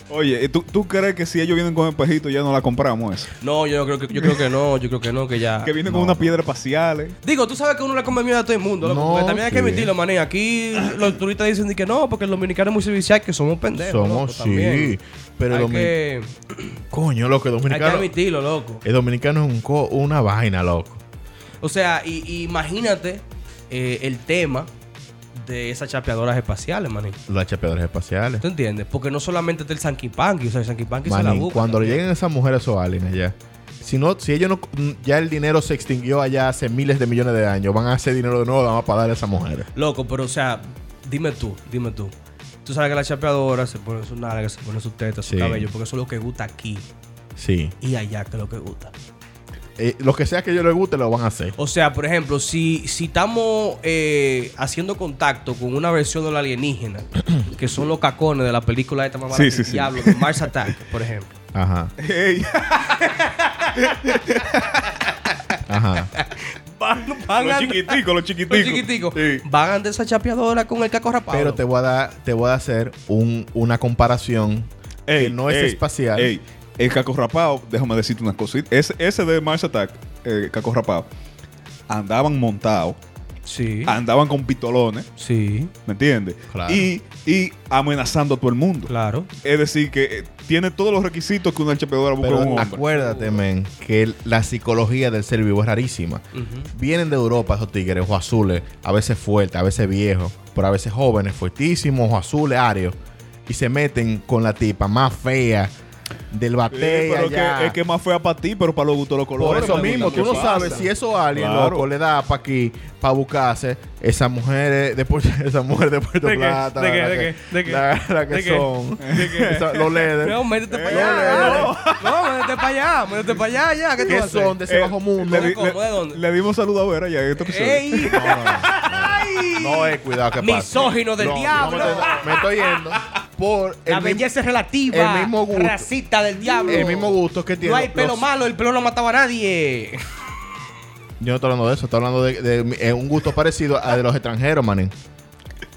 S2: Oye, ¿y ¿tú, ¿tú crees que si ellos vienen con espejito ya no la compramos esa?
S3: No, yo no creo que, yo creo que no, yo creo que no, que ya.
S2: Que vienen con una piedra espacial. ¿eh?
S3: Digo, tú sabes que uno le come miedo a todo el mundo, loco,
S4: No,
S3: porque también hay que
S4: sí.
S3: admitirlo, mané. Aquí los turistas dicen de que no, porque el dominicano es muy servicial, que somos pendejos.
S4: Somos,
S3: loco,
S4: sí.
S3: también.
S4: Pero
S3: hay,
S4: el dominicano.
S3: que,
S4: Coño, loco, el
S3: hay que
S4: dominicano.
S3: admitirlo, loco.
S4: El dominicano es un co- una vaina, loco.
S3: O sea, y, y imagínate eh, el tema de esas chapeadoras espaciales, mané.
S4: Los chapeadores espaciales.
S3: ¿Tú entiendes? Porque no solamente está el Sanky o sea, el Sanky se la
S4: Manín,
S3: busca.
S4: cuando le
S3: también.
S4: lleguen esas mujeres o aliens allá, Si, no, si ellos no. Ya el dinero se extinguió allá hace miles de millones de años. Van a hacer dinero de nuevo, nada más para darle a esas mujeres.
S3: Loco, pero o sea, dime tú, dime tú. Tú sabes que la chapeadora se pone su nalga, se pone su teta, su
S4: Sí.
S3: cabello, porque eso es lo que gusta aquí
S4: Sí.
S3: y allá que es lo que gusta.
S4: Eh, lo que sea que a ellos les guste, lo van a hacer.
S3: O sea, por ejemplo, si, si estamos eh, haciendo contacto con una versión de la alienígena, que son los cacones de la película de esta mamá
S2: Sí,
S3: del
S2: sí, sí.
S3: Diablo, de Mars Attack, por ejemplo.
S4: Ajá.
S2: Ey,
S4: Ajá.
S3: Van,
S2: los
S3: a-
S2: chiquiticos, los chiquiticos.
S3: los chiquiticos.
S2: Sí.
S3: Van a andar esa chapeadora con el caco rapado.
S4: Pero te voy a dar, te voy a hacer un- una comparación
S2: Ey,
S4: que no es
S2: ey,
S4: espacial.
S2: ey, el caco rapado, déjame decirte unas cositas. Ese, ese de Mars Attack, el caco rapado, andaban montados,
S3: Sí.
S2: andaban con pistolones,
S3: Sí,
S2: ¿me entiendes?
S4: Claro.
S2: Y, y amenazando a todo el mundo.
S3: claro.
S2: Es decir, que eh, tiene todos los requisitos que una chapeadora busca en un
S4: Pero
S2: hombre.
S4: acuérdate, men, que el- la psicología del ser vivo es rarísima. Vienen de Europa esos tigres, o azules, a veces fuertes, a veces viejos, pero a veces jóvenes, fuertísimos, o azules, arios, y se meten con la tipa más fea del
S2: Sí,
S4: batey
S2: pero
S4: allá.
S2: que, es que es más fea para ti, pero para los gustos los
S4: Por
S2: colores.
S4: eso
S2: me
S4: mismo,
S2: gusta
S4: tú no
S2: lo que
S4: sabes
S2: pasa.
S4: si eso a alguien
S2: Claro.
S4: loco le da para aquí, para buscarse, esas mujeres de, Puerto- esas mujeres de Puerto
S3: ¿De qué?
S4: Plata,
S3: ¿De qué?
S4: la
S3: ¿De
S4: que-
S3: qué? ¿De qué?
S4: la- la que
S3: ¿De qué?
S4: son, esa- los leds,
S3: No, métete para
S2: Eh,
S3: allá. dale. No, métete para allá, métete para allá ya. ¿Qué tú
S4: que
S3: vas a hacer?
S4: son de ese
S2: Eh,
S4: bajo mundo.
S2: Le, di-
S3: Loco, ¿de dónde?
S2: le, le dimos saludo a Vera ya en este episodio.
S3: ¡Ey!
S4: No es cuidado que pasa.
S3: Misógino del diablo.
S4: me, estoy, me estoy yendo por
S3: La
S4: el, mi-
S3: belleza es relativa.
S4: el mismo gusto.
S3: Racista del diablo.
S4: el mismo gusto que tiene.
S3: No hay pelo
S4: los-
S3: malo, el pelo no mataba a nadie.
S4: Yo no estoy hablando de eso, estoy hablando de, de mi- eh, un gusto parecido a de los extranjeros, manín.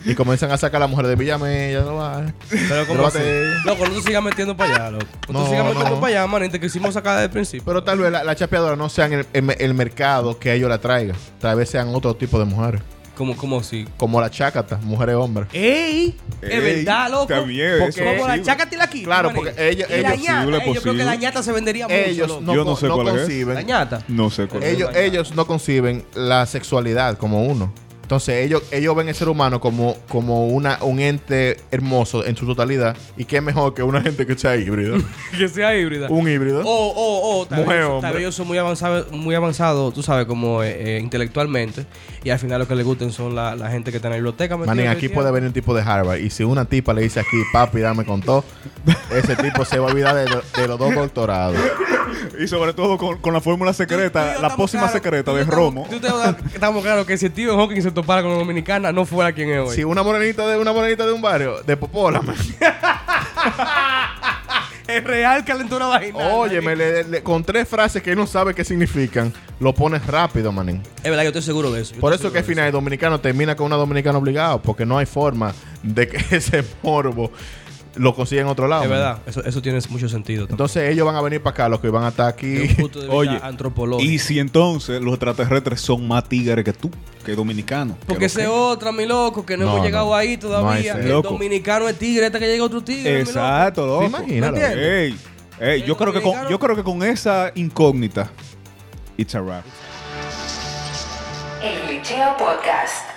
S4: Y comienzan a sacar a la mujer de Villamé, ya no va.
S3: Pero
S4: ¿cómo
S3: como
S4: así?
S3: Loco, no te sigas metiendo para allá, loco. No,
S4: No,
S3: te sigas metiendo
S4: no.
S3: para allá, man. Te quisimos sacar desde el principio.
S4: Pero tal vez la, la chapeadora no sean el, el- el mercado que a ellos la traiga. Tal vez sean otro tipo de mujeres.
S3: Como, como así.
S4: Como la chácata, mujeres hombres.
S3: ¡Ey!
S2: Ey,
S3: Es verdad, loco.
S2: también,
S4: Porque-
S2: eso es
S3: Como la
S2: posible.
S3: chácate la aquí.
S4: Claro,
S3: man.
S4: porque ellos-
S3: Y la
S4: ellos-
S3: ñata.
S2: Posible,
S3: eh, Yo creo que
S2: posible.
S3: la ñata se vendería mucho.
S4: Ellos
S3: loco.
S4: no,
S2: Yo no
S4: con-
S2: sé
S4: no
S2: cuál es.
S4: conciben.
S3: La ñata.
S2: No sé cuál es.
S4: ellos, ellos no conciben la sexualidad como uno. Entonces ellos, ellos ven el ser humano como, como una, un ente hermoso en su totalidad. Y qué mejor que una gente que sea híbrido.
S3: Que sea híbrida.
S4: un híbrido.
S3: O, o, o, tal
S4: Mujer,
S3: vez,
S4: hombre.
S3: tal vez yo soy muy avanzado, muy avanzado, tú sabes, como eh, eh, intelectualmente. Y al final lo que le gusten son la, la gente que está en la biblioteca. metida
S4: Manín,
S3: todo el
S4: aquí
S3: tiempo.
S4: puede venir un tipo de Harvard. Y si una tipa le dice aquí, papi, dame con todo, ese tipo se va a olvidar de, lo- de los dos doctorados.
S2: Y sobre todo con, con la fórmula
S3: Tú y
S2: secreta,
S3: yo
S2: la
S3: estamos
S2: pócima
S3: claros,
S2: secreta
S3: tú y yo
S2: de
S3: estamos-
S2: Romo.
S3: tú y yo estamos- Estamos claros que si Stephen Hawking se topara con la dominicana, no fuera quien es hoy.
S4: Si una morenita de una morenita de un barrio, de Popola, man.
S3: Es real calentura vaginal.
S4: Óyeme, le- le- con tres frases que él no sabe qué significan, lo pones rápido, manín.
S3: Es verdad, yo estoy seguro de eso. yo
S4: Por
S3: estoy
S4: eso que al
S3: seguro
S4: final el dominicano termina con una dominicana obligado, porque no hay forma de que ese morbo lo consiga en otro lado.
S3: de eso. Es
S4: man.
S3: verdad, eso, eso tiene mucho sentido. también.
S4: Entonces ellos van a venir para acá, los que van a estar
S3: Desde
S4: aquí.
S3: un punto de vista
S2: Oye,
S3: antropológico.
S2: Y si entonces los extraterrestres son más tigres que tú, que dominicanos. que
S3: Porque
S2: lo que-
S3: ese otra, mi loco, que no,
S4: No,
S3: hemos
S4: no.
S3: llegado ahí todavía.
S4: No hay
S3: el
S2: loco.
S3: dominicano es tigre, hasta que llega otro tigre. mi loco.
S2: Exacto, loco.
S4: ¿Te imaginas?
S3: ¿Me entiendes?
S2: Ey, ey, yo,
S3: Los
S2: creo que con,
S3: dominicanos-
S2: yo creo que con esa incógnita, it's a wrap.
S1: El Liceo Podcast.